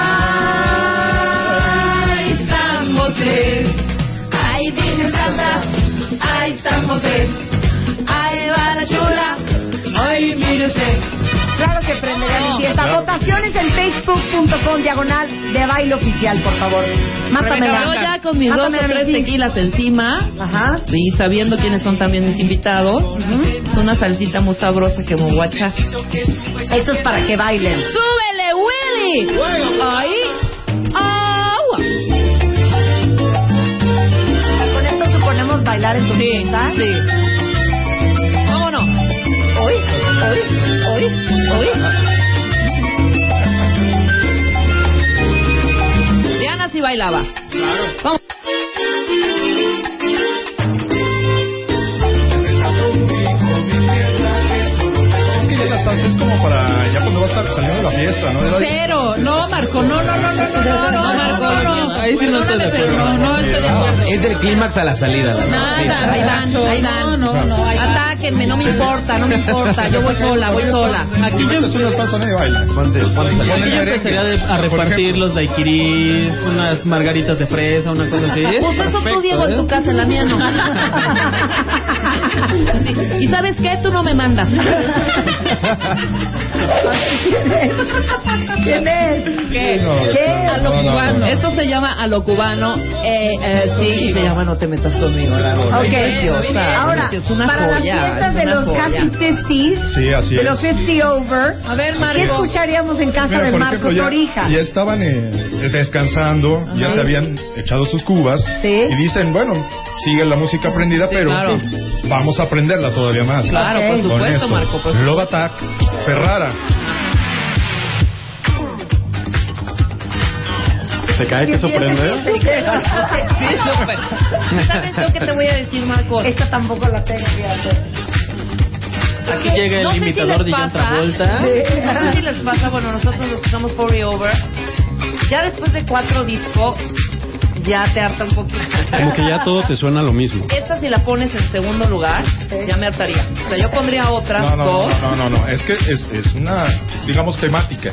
Ah.
Ay, San José. Ay, Virgen Santa. Ay, San José. Ay, va la chula. Ay, mírese.
Claro que prenderá mi fiesta. Votaciones en facebook.com diagonal de baile oficial, por favor. Mátame
Yo ya con mis dos o tres tequilas encima
Ajá.
y sabiendo quiénes son también mis invitados, es una salsita muy sabrosa que me guacha.
Esto es para que bailen.
¡Súbele, Willy! ¡Ahí! ¡Au!
Con esto suponemos bailar en tu fiesta.
Sí.
hoy, hoy, hoy.
Diana sí bailaba. Vamos.
Es que ya las haces como para ya cuando vas a estar saliendo de la fiesta, ¿no? Era-
Cero. No, Marco, no, no, no, no, no, no, no, Marco, no.
Ahí sí no estoy de acuerdo.
No, no estoy de acuerdo.
Es del clímax a la salida. la verdad.
Nada, ahí van, ahí van.
No, no, no, ahí van.
Atáquenme, no me importa, no me importa. Yo voy sola, voy sola.
Aquí yo estoy en salsa medio baila.
Yo ya empezaría de- a repartir los daiquiris, unas margaritas de fresa, una cosa así. Es
Pues eso tú,
perfecto,
Diego, en
¿eh?
tu casa, en la mía no. Sí. ¿Y sabes qué? Tú no me mandas.
¿Quién es?
¿Qué?
No,
¿Qué?
no,
A lo
no, no,
cubano.
no.
Esto se llama a lo cubano. Eh, eh, sí, y se llama No te metas conmigo. La rola.
Ok.
Preciosa,
Ahora,
preciosa, es una
para las
joya,
fiestas
es
de
una
los
joya.
casi 50s,
Sí, así
de
es.
los 50 over,
A ver,
¿qué
Marco.
escucharíamos en casa
Mira,
de
por
Marco
ejemplo, ya,
Torija?
ya estaban eh, descansando, ya se habían echado sus cubas y dicen, bueno, sigue la música aprendida, pero
claro.
vamos a aprenderla todavía más.
Claro, por
Con
supuesto,
esto,
Marco, por-
Love Attack, Ferrara.
Se cae que sorprende.
Sí, súper.
¿Sabes lo que te voy a decir, Marco?
Esta tampoco la tengo.
Aquí llega el
no sé si
imitador
les
de John
pasa,
Travolta.
No sé si les pasa, bueno, nosotros los que somos 40 over, ya después de cuatro discos, ya te harta un poquito.
Como que ya todo te suena lo mismo.
Esta si la pones en segundo lugar, ya me hartaría. O sea, yo pondría otras
No, no,
dos.
no, no, no, no, es que es, es una, digamos, temática.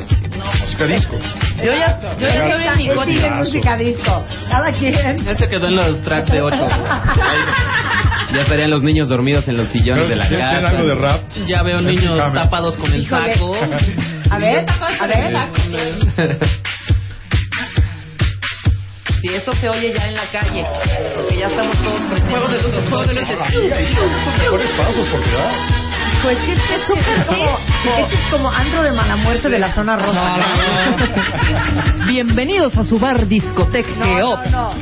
Música disco.
Yo ya, yo ya estoy en mi
Pues
coche.
sí,
Tiene música disco. Cada quien.
Ya se quedó en los tracks de 8.
Ya estarían los niños dormidos en los sillones de la
¿Tienen
casa.
algo de rap?
Ya veo niños tapados con el
Híjole.
saco.
A ver, a ver.
Si eso se oye ya en la calle, porque ya estamos todos prendidos. de los
Mejores pasos, porque ya.
Pues sí, es que es súper como, este es como antro de mala muerte de la zona rosa.
Bienvenidos a su bar discoteca.
No, no,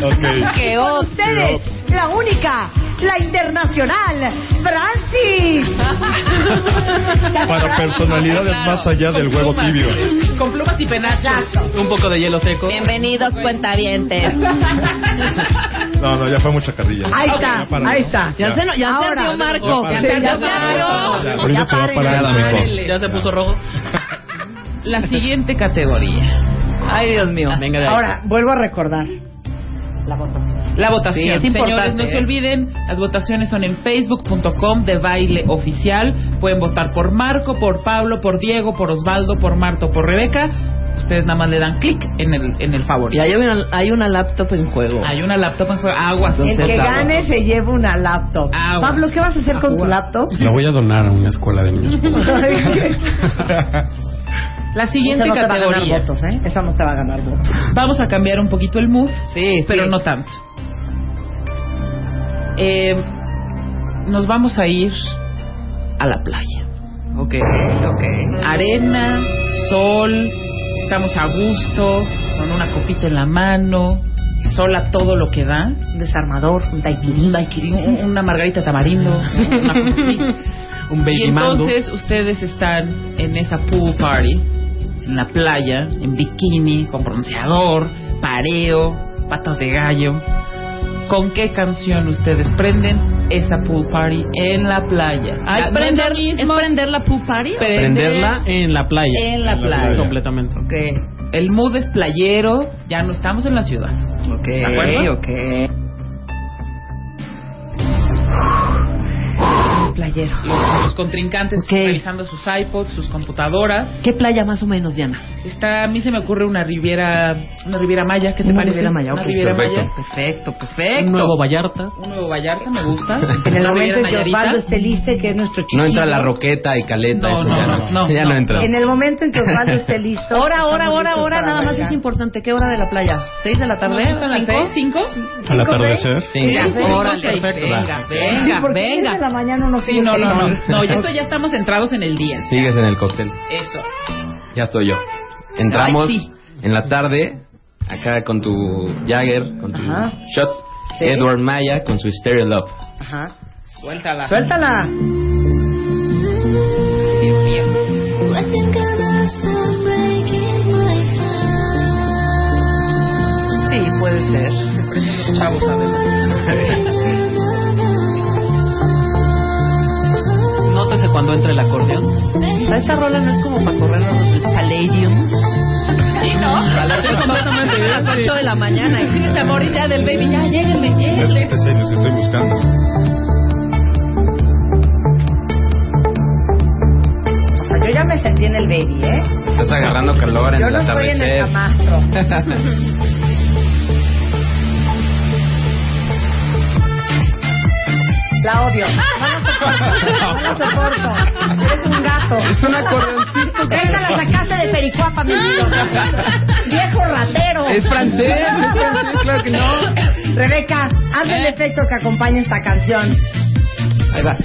no. no.
Ok.
Aquí con
Ops.
ustedes, la única, la internacional, Francis.
Para personalidades más allá del huevo tibio.
Con plumas y penachos.
Un poco de hielo seco.
Bienvenidos, cuentavientes.
No, no, ya fue mucha
Ah,
carrilla.
Ahí está,
Ya para.
ahí está. Ya se- ya se
Ahora,
ardió, Marco.
Ya
se
para.
ardió, se ardió.
Ya, ahorita se va a parar el micro.
Ya se puso rojo.
La siguiente categoría.
Ay, Dios mío.
Venga de ahí.
Ahora, vuelvo a recordar. La votación.
La votación,
Sí, es
señores,
importante,
no se
eh.
olviden, las votaciones son en facebook.com de baile oficial. Pueden votar por Marco, por Pablo, por Diego, por Osvaldo, por Marto, por Rebeca. Ustedes nada más le dan clic en el, en el
Y
favorito.
hay una, hay una laptop en juego.
Hay una laptop en juego. Aguas.
El que
entonces, aguas.
gane se lleva una laptop.
Ah,
Aguas.
Pablo, ¿qué vas a hacer con tu laptop?
La voy a donar a una escuela de niños.
La
Esa
siguiente
no te va a ganar
categoría.
votos, ¿eh? Esa no te va a ganar votos.
Vamos a cambiar un poquito el mood, pero no tanto. Eh, nos vamos a ir a la playa. Ok, ok. Arena, sol, estamos a gusto, con una copita en la mano, sol a todo lo que da.
Un desarmador, un daiquiri.
Un daiquiri, un- una margarita tamarindo, ¿no? una cosa así.
Un baby
Y entonces ustedes están en esa pool party, en la playa, en bikini, con bronceador, pareo, patas de gallo. ¿Con qué canción ustedes prenden esa pool party en la playa?
Ay,
Ah,
prender-
no es lo
¿Es
mismo
prender la pool party?
prender
Prenderla en la playa.
en la playa.
Completamente.
Ok. El mood es playero, ya no estamos en la ciudad. Ok, ¿De acuerdo?
ok.
Playero.
Los, los contrincantes
Ok.
revisando sus iPods, sus computadoras.
¿Qué playa más o menos, Diana?
Está, a mí se me ocurre una Riviera, una Riviera Maya, ¿qué te
Una
parece?
Riviera Maya, ok.
Una Riviera
Perfecto.
Maya. Perfecto, perfecto.
Un nuevo Vallarta.
Un nuevo Vallarta, me gusta.
En el
Una
momento
Riviera
en que
Nayarita.
Osvaldo esté listo, que es nuestro chico.
No entra la roqueta y caleta.
No,
eso
no,
ya
no, no,
Ya no,
no.
entra.
En el momento en que Osvaldo esté listo.
Hora,
estamos
hora, hora,
listos
hora,
para
nada más
bailar.
es importante. ¿Qué hora de la playa? ¿Seis de la tarde?
¿No son las seis?
¿Cinco?
Al atardecer.
Sí,
Sí,
Sí,
órale,
sí,
perfecto. Venga,
Sí,
venga,
porque
venga.
es de la mañana uno
Sí, no, no, no. No, ya, esto ya estamos entrados en el día.
Sigues en el cóctel.
Eso.
Ya estoy yo. Entramos
Ay, sí.
en la tarde, acá con tu Jagger, con tu
Ajá.
shot.
Sí.
Edward Maya con su Stereo Love.
Ajá.
Suéltala.
Suéltala.
ser. Chavos, además.
Nótese cuando entra el acordeón.
Esta rola no es como para correr a los Palladium.
Sí, ¿no?
A las ocho-
A las 8 de la mañana. Y
tienes la morita del baby. Ya, lléguenme,
Es
lléguenme.
es serio, es que estoy buscando.
O sea, yo ya me sentí en el baby, ¿eh?
Estás agarrando calor en
Yo
el
no estoy en el
atardecer.
camastro. La odio. No la soporto. No la soporto. Eres un gato.
Es un acordeoncito.
Esta la sacaste de Pericuapa, mi amigo. Viejo ratero.
Es francés, es francés, claro que no. Eh.
Rebeca, haz el efecto que acompañe esta canción.
Ahí va.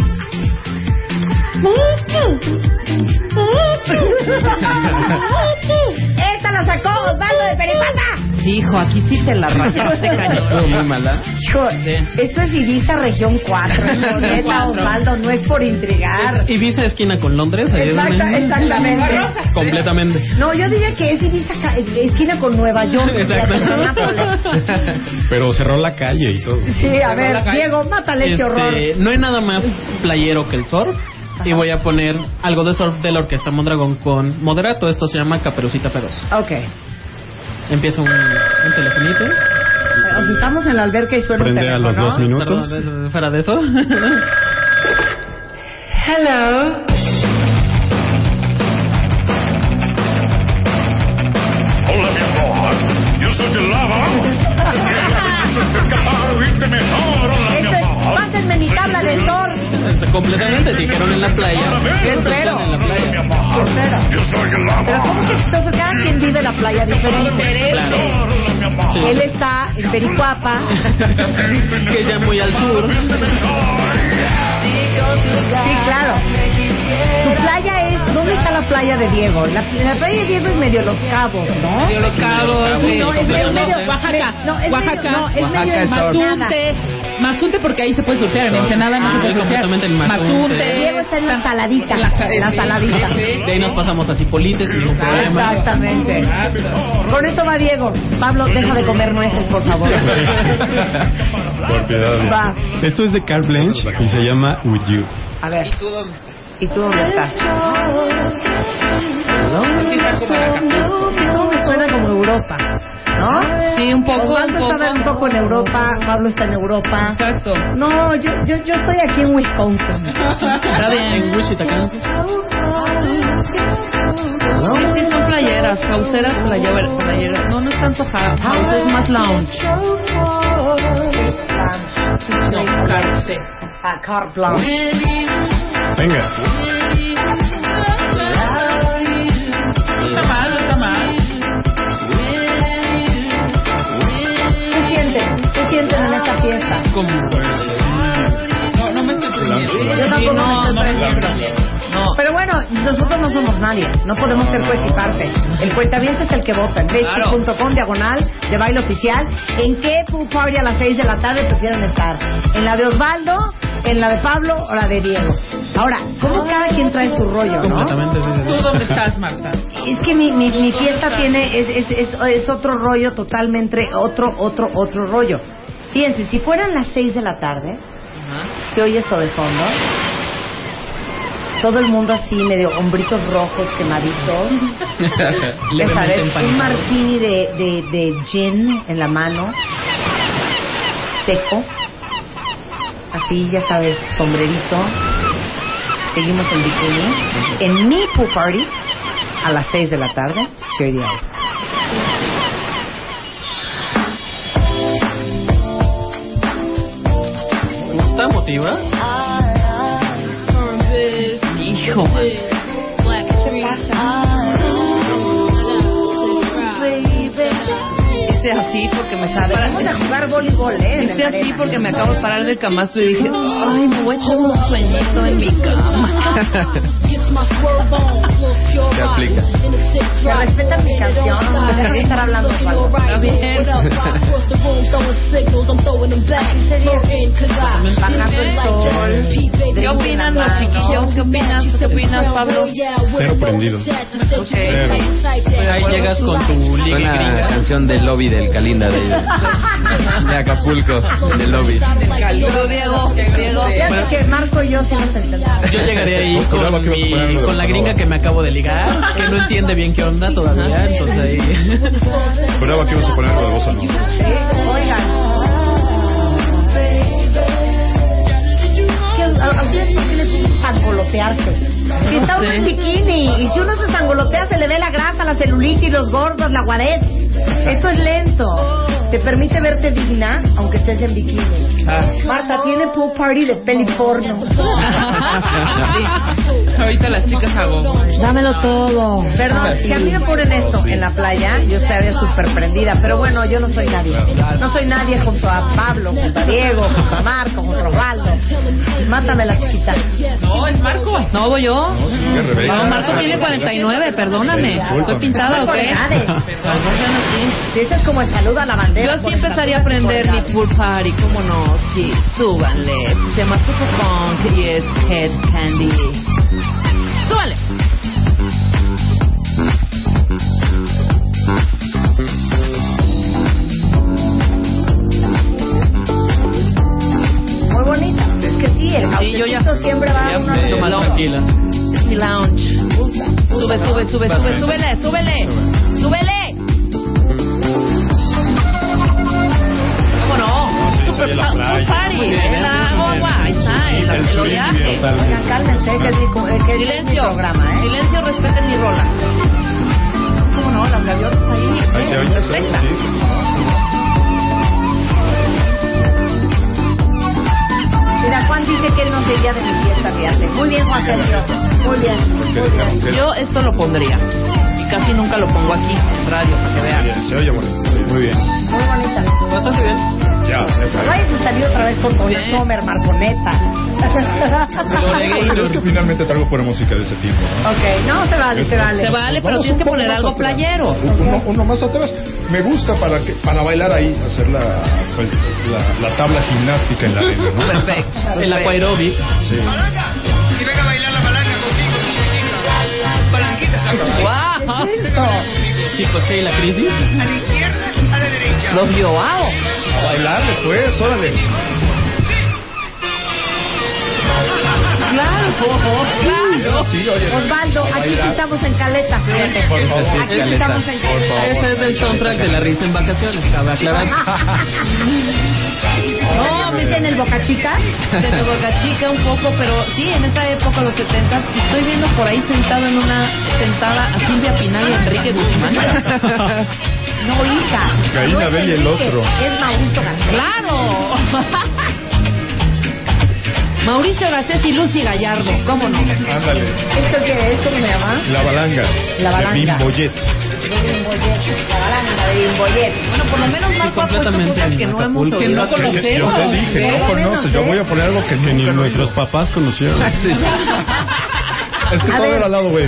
Esta la sacó Osvaldo de Peripata.
Hijo, aquí sí te la rayaste,
este
cañón.
Estuvo muy mala.
Hijo, esto es Ibiza Región 4. ¿no? Neta,
Cuatro.
Osvaldo, no es por intrigar.
Ibiza esquina con Londres. ahí es donde-
Exacta- exactamente.
Completamente.
No, yo diría que es Ibiza ca- esquina con Nueva York.
Exacto. Pero cerró la calle y todo.
Sí, a ver, Diego, mátale este horror.
Este, no hay nada más playero que el surf. Y voy a poner algo de surf de la orquesta Mondragón con moderato. Esto se llama Caperucita Feroz.
Ok.
Empieza un, un telefonito.
Os estamos en la alberca y suena el teléfono, ¿no?
Perdón, fuera de eso.
Hello. Hola, mi amor. Yo soy el lava.
Esto es, pásenme mi tabla de surf.
Este, Completamente dijeron en la playa. Esto suena en la playa.
Pero ¿cómo que exitoso? Cada quien vive la playa diferente.
Sí.
Él está en Pericuapa.
que ya muy al sur.
Sí, claro. Tu playa es... ¿Dónde está la playa de Diego? La, la playa de Diego es medio Los Cabos, ¿no?
Medio Los Cabos,
Sí,
sí,
no, es medio,
completamente.
medio-
Oaxaca,
No, es
Oaxaca,
medio, no, es
Oaxaca
medio
es surf.
Mazunte.
Mazunte porque ahí se puede surfear, en Ensenada no
Ah,
se puede
yo
surfear.
completamente en Mazunte.
Diego está en la saladita. La saladita.
De ahí nos pasamos a Cipolites sin ningún problema.
Exactamente. Con esto va Diego. Pablo, deja de comer nueces, por favor. Va.
Esto es de Carl Blanche y se llama With You.
A ver. ¿Y tú dónde estás? Todo me suena como Europa, ¿no?
Sí, un poco,
Osvaldo
un
estaba
poco.
un poco en Europa, Pablo está en Europa.
Exacto.
No, yo, yo, yo estoy aquí en Wisconsin.
Está bien. En Wichita, Kansas.
Sí, sí, son playeras, houseeras, playeras, playeras. No, no es tanto house, house es más lounge.
No,
carte.
Ah, carte blanche.
Venga.
Está mal, no está mal.
¿Qué sienten? ¿Qué sienten en esta fiesta?
No, no me estoy prendiendo.
Yo tampoco
Sí, no,
me estoy
no me estoy
prendiendo. Pero bueno, nosotros no somos nadie, no podemos ser juez y parte. El cuentaviente es el que vota en
Claro.
facebook.com diagonal de baile oficial. ¿En qué pool party a las 6 de la tarde prefieren estar? ¿En la de Osvaldo, en la de Pablo o la de Diego? Ahora, ¿cómo cada quien trae su rollo, no?
Completamente. sí, sí, sí.
¿Tú dónde estás, Marta?
Es que mi, mi, mi fiesta tiene es, es, es, es otro rollo totalmente, otro, otro, otro rollo. Fíjense, si fueran las 6 de la tarde, ¿Se oye esto de fondo? Todo el mundo así, medio hombritos rojos, quemaditos. Ya
Levemente
sabes, un
empanizado.
martini de, de, de gin en la mano, seco. Así, ya sabes, sombrerito. Seguimos en bikini. En mi pool party, a las 6 de la tarde, se oiría esto.
¿Está motiva?
Hijo, man. Hice Este así porque me sale.
Vamos a jugar voleibol, ¿eh? en
Hice
la
así
arena.
porque me acabo de parar del camastro y dije, ay, me voy a echar un sueñito en mi cama.
Te aplica.
Se respeta mi canción, no deja de estar hablando. Osvaldo.
¿Qué opinan los chiquillos? ¿Qué
opinas? ¿Tú qué opinas, Pablo?
Cero prendido.
Ok. Ahí
llegas con tu liga la canción del lobby del Calinda de, de Acapulco, del lobby.
Pero Diego, Diego. Ya sé que Marco y yo sí nos entendemos.
Yo llegaría ahí con, mi- con la gringa que me acabo de ligar, que no entiende bien qué onda todavía, entonces ahí...
Juraba que ibas a poner algo de bossa, ¿no?
Que a- a ustedes no les gusta sangolotearse. Si está uno en bikini y si uno se sangolotea se le ve la grasa, la celulitis, los gordos, la guaret. Eso es lento. Te permite verte digna aunque estés en bikini. Marta tiene pool party de peli porno.
Sí. Ahorita las chicas hago.
Dámelo todo. Perdón, si a mí me ponen esto en la playa, yo estaría súper prendida. Pero bueno, yo no soy nadie. No soy nadie junto a Pablo, junto a Diego, junto a Marco, junto a Osvaldo. Mátame la chiquita.
No, es Marco.
No, voy yo.
No,
Marco tiene 49, perdóname. ¿Estoy pintada o qué?
Si este es como el saludo a la bandera. pues,
Yo sí empezaría a prender mi pool party, cómo no, sí, súbanle. Se llama Super Funk y es Head Candy. ¡Súbanle!
Muy bonita. Es que sí, el
Sí, yo ya-
outfitcito siempre va a una...
mucho más
tranquila.
Es mi lounge. Sube, sube, sube, sube, súbele, súbele, súbele. ¿Cómo no? Super
la
Funk pool
playa.
party. El agua, guay, está, el- el oleaje.
Oigan, cálmense, que es mi, co- eh, que es mi
Silencio,
programa, ¿eh?
silencio, respeten mi rola.
¿Cómo no? Las gaviotas ahí. ¿eh?
Ahí se oye.
Perfecta. Mira, Juan dice que él no sería de mi fiesta, fíjate. Muy bien, Juan Sergio. Muy bien. Muy bien.
Yo esto lo pondría. Y casi nunca lo pongo aquí en radio para que vean.
Se oye bonito. Sí, Muy bien.
Muy bonita.
Bastante bien.
Ya, se fue.
No vayas a salir otra vez con Toño Sommer, Marconeta.
Pero es que finalmente traigo pura música de ese tipo. ¿no?
Ok, no, se vale, se vale.
Se vale, pero
Vamos
tienes que
un poco
poner
más
algo
atrás.
playero.
Uno, uno más atrás. Me gusta para que, para bailar ahí, hacer la, pues, la, la tabla gimnástica en la arena. ¿no?
Perfecto.
El aquaerobic.
Sí.
Y venga a bailar la palanca conmigo, muñequita. Palanquita,
¡Guau!
Chicos, sí, la crisis.
A la izquierda, a la derecha.
Los Joao.
A bailar después, órale.
Claro,
claro.
Sí, oye.
Osvaldo, aquí sí estamos en caleta. fíjate.
Por favor.
Aquí sí estamos en caleta.
Ese es el soundtrack de la risa en vacaciones, cabe aclarar.
No, me dicen el Boca Chica.
Desde Boca Chica un poco, pero sí, en esa época, los 70, estoy viendo por ahí sentado en una sentada a Silvia Pinal y Enrique Guzmán.
No, hija.
Caín,
No es
Abel y el
Enrique,
otro.
Es Mauricio Garcés.
¡Claro! Mauricio Garcés y Lucy Gallardo, ¿cómo no?
Ándale.
¿Esto qué es? ¿Cómo se llama?
La balanga.
La balanga.
De Bimboyet.
Bimboyet, La balanga de Bimboyet.
Bueno, por lo menos Marco ha puesto
completamente
cosas que
en
no hemos
Acapulco. Que
oído.
no
Yo
conocemos.
te dije, no conoces. Yo voy a poner algo que
Que ni
nunca no
nuestros
hizo.
papás conocieron.
Es que
A
todo
ver.
era al lado, güey.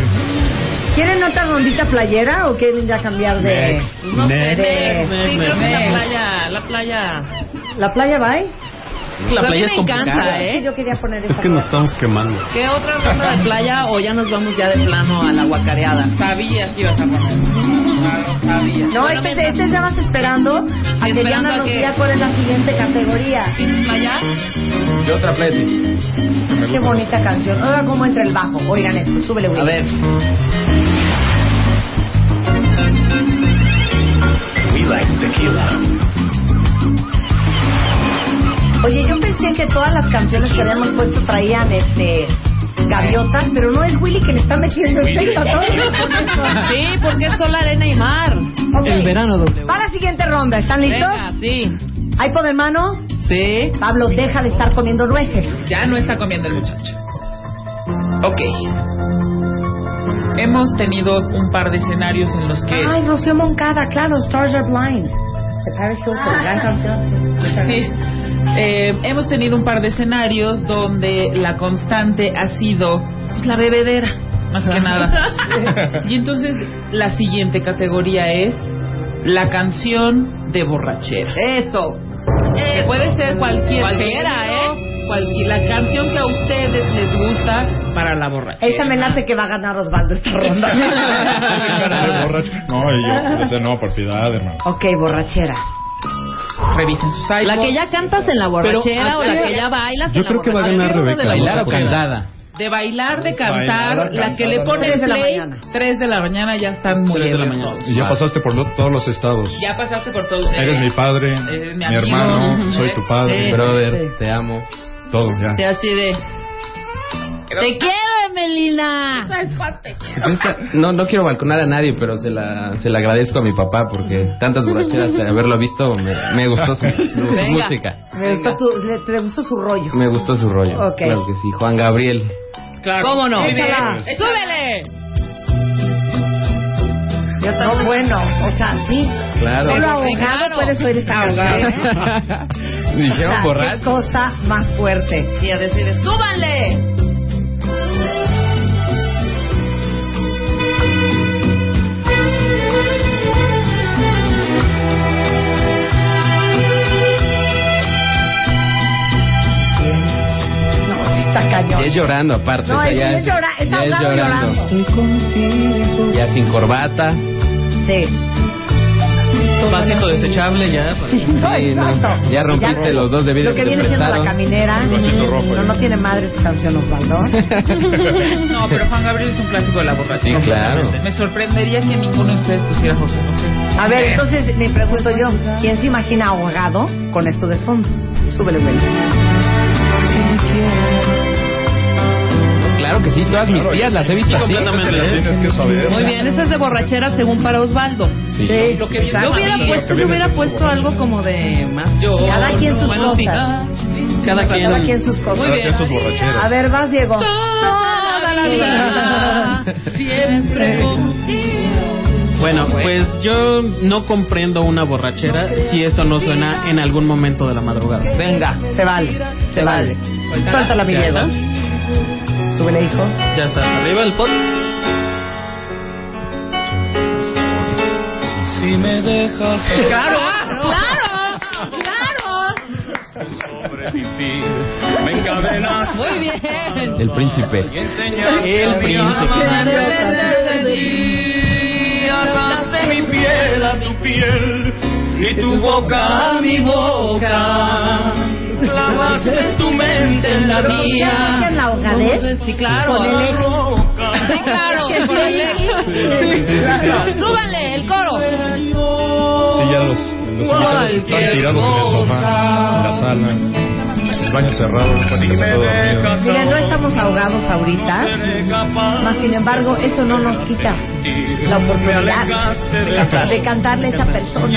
¿Quieren otra rondita playera o quieren ya cambiar de...?
Next.
No sé,
Next,
next. sí,
next,
creo que la
next.
playa, la playa. Pues
¿La playa va ahí?
La
a mí
playa
me
es complicada.
encanta, ¿eh?
Yo quería poner
Es
esa.
que nos estamos quemando.
¿Qué otra ronda de playa o ya nos vamos ya de plano a la guacareada?
Sabías que ibas a poner. Claro, sabías.
No,
Bueno,
este, este estabas esperando a que
Esperando
Diana
a
nos
que-
diga cuál es la siguiente categoría.
¿Tienes playa?
Y otra plesi.
Qué bonita canción. Oiga cómo entra el bajo. Oigan esto, súbele, güey.
A ver.
We like tequila.
Oye, yo pensé que todas las canciones que habíamos puesto traían este gaviotas, pero no es Willy que le está metiendo el sexo a todo.
Sí, porque es sol, arena y mar.
Ok,
El verano doble.
Va la siguiente ronda. ¿Están listos?
Venga, sí.
Ahí por mano.
Sí.
Pablo, deja de estar comiendo nueces.
Ya no está comiendo el muchacho. Ok. Hemos tenido un par de escenarios en los que...
Ay, Rocío Moncada, claro, Stars Are Blind. De Paris
Ah.
Hilton, gran canción.
Pues
sí. Muchas
Sí.
gracias.
Eh, hemos tenido un par de escenarios donde la constante ha sido pues, la bebedera, más que nada. Y entonces la siguiente categoría es la canción de borrachera.
Eso.
Que puede ser cualquier
Cualquiera, ¿eh?
género, cualquier, la canción que a ustedes les gusta para la borrachera.
Esa me late que va a ganar Osvaldo esta
Cara de
ronda.
borracho. No, y yo, esa no, por piedad, hermano.
ok, borrachera.
Revisen sus
La que ya cantas en la borrachera
Pero,
o la
¿a
que
qué?
ya bailas
Yo
en la
creo que va a
borrachera.
ganar
¿Qué onda
Rebeca.
de bailar
vamos a
o cantar?
cantar.
De bailar, de cantar,
Bailar,
la que le
cantar,
ponen
Tres de la
play,
mañana.
3 de la mañana ya están muy
Tres de la
ebrios
mañana.
todos.
Y ya pasaste por lo- todos los estados.
Ya pasaste por todos.
Eres mi
Eh,
padre,
eres mi
mi,
amigo.
hermano, soy tu padre,
Sí.
brother,
Sí.
te amo. Todo, ya.
Sí, así de.
Te
quiero, Emelina.
Esta- no, no quiero balconar a nadie, pero se la, se la agradezco a mi papá porque tantas borracheras de haberlo visto me, me gustó su, su
Venga.
música.
Me gustó tu- le- te gustó su rollo.
Me gustó su rollo.
Ok.
Claro que sí, Juan Gabriel.
Claro.
¿Cómo no?
Échala.
¡Súbele!
No, bueno, o sea, sí.
Claro.
Solo ahogado
Claro.
puedes oír esta
Ahogado.
canción. ¿eh?
Dijeron
O sea,
borracho.
qué cosa más fuerte.
Y a decir, ¡súbanle!
No, sí está
Ya
cañón.
es llorando aparte.
No,
o sea,
es-
ya
es llora- es
ya es
hablando y
llorando.
llorando.
Ya sin corbata.
Sí.
Vasito desechable ya.
Sí, no, ya rompiste
Ya-
los dos de vidrio
Lo que,
que te
viene siendo la
prestaron.
caminera. Mm,
vasito rojo,
No,
ya.
no tiene madre esta canción, Osvaldo.
No, pero Juan Gabriel es un clásico de la borrachera.
Sí, claro.
Me sorprendería que ninguno de ustedes pusiera José José.
A ver, entonces me pregunto yo, ¿quién se imagina ahogado con esto de fondo? Súbele, güey.
Claro que sí, todas mis tías las he visto así.
completamente. Las tienes que saber.
Muy bien, esa es de borrachera según para Osvaldo.
Sí.
Lo que
Exacto.
yo hubiera
Lo que
puesto,
viene
yo hubiera
siendo
puesto algo como de más.
Yo,
Cada quien sus
bueno, sí.
cosas.
Cada quien.
Cada quien sus cosas.
Muy bien.
Esos borracheros.
A ver, vas, Diego.
Toda la vida, siempre
Bueno, pues yo no comprendo una borrachera si esto no suena en algún momento de la madrugada.
Venga,
Se vale.
se vale.
Suéltala, mi Diego. Súbele, hijo.
Ya está, arriba el pot. Si me dejas
Claro,
claro, claro.
Me encadenas.
Muy bien.
El príncipe.
El príncipe. Ataste mi piel a tu piel y tu boca a mi boca. Clavaste tu mente en la
¿Ya
mía.
viste la ahogadez?
Sí, claro.
Con el ex.
Sí, claro,
¿eh? Sí,
por el ex.
sí, sí, sí.
Súbanle el coro.
Sí, ya los, los invitados están tirados en el sofá, en la sala, el baño cerrado, casi todo dormido.
Mira, no estamos ahogados ahorita, mas sin embargo eso no nos quita la oportunidad de cantarle a esa persona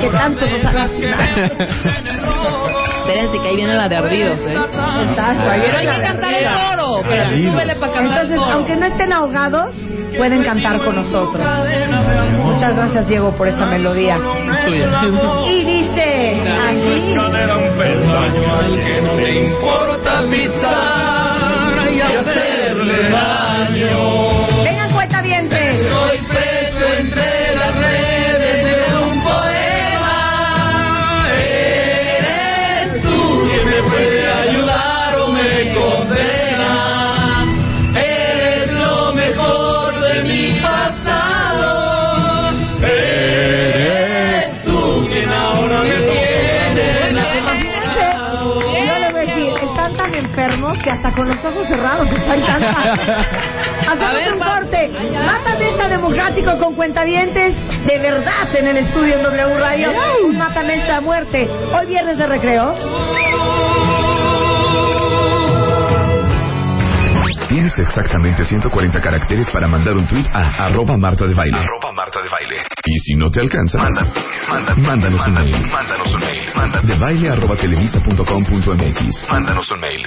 que tanto nos ha lastimado.
Espérense que ahí viene la de ardidos, ¿eh?
Exacto, ahí
Pero
viene
hay que
la
cantar
de
el coro. Espérate,
Ardidos.
súbele para cantar el
Entonces,
coro.
aunque no estén ahogados, pueden cantar con nosotros. Muchas gracias, Diego, por esta melodía. Y dice así.
Daño al que no le importa pisar y hacerle daño.
Vengan, cuenta bien.
Soy preso entre las redes de un poema. Eres tú quien me puede ayudar o me condena. Eres lo mejor de mi pasado. Eres tú quien ahora me tiene enamorado.
Yo le voy a decir, están tan enfermos que hasta con los ojos cerrados están cantando.
A ver,
Hacemos un
va-
corte. Matamesta democrático con cuentavientes de verdad en el estudio en W Radio. Un matamesta a muerte. Hoy viernes de recreo.
Tienes exactamente 140 caracteres para mandar un tweet a arroba Marta de Baile.
Arroba Marta de Baile.
Y si no te alcanza, mándanos un mail.
Mándanos un mail.
De baile arroba televisa.com.mx.
Mándanos un mail.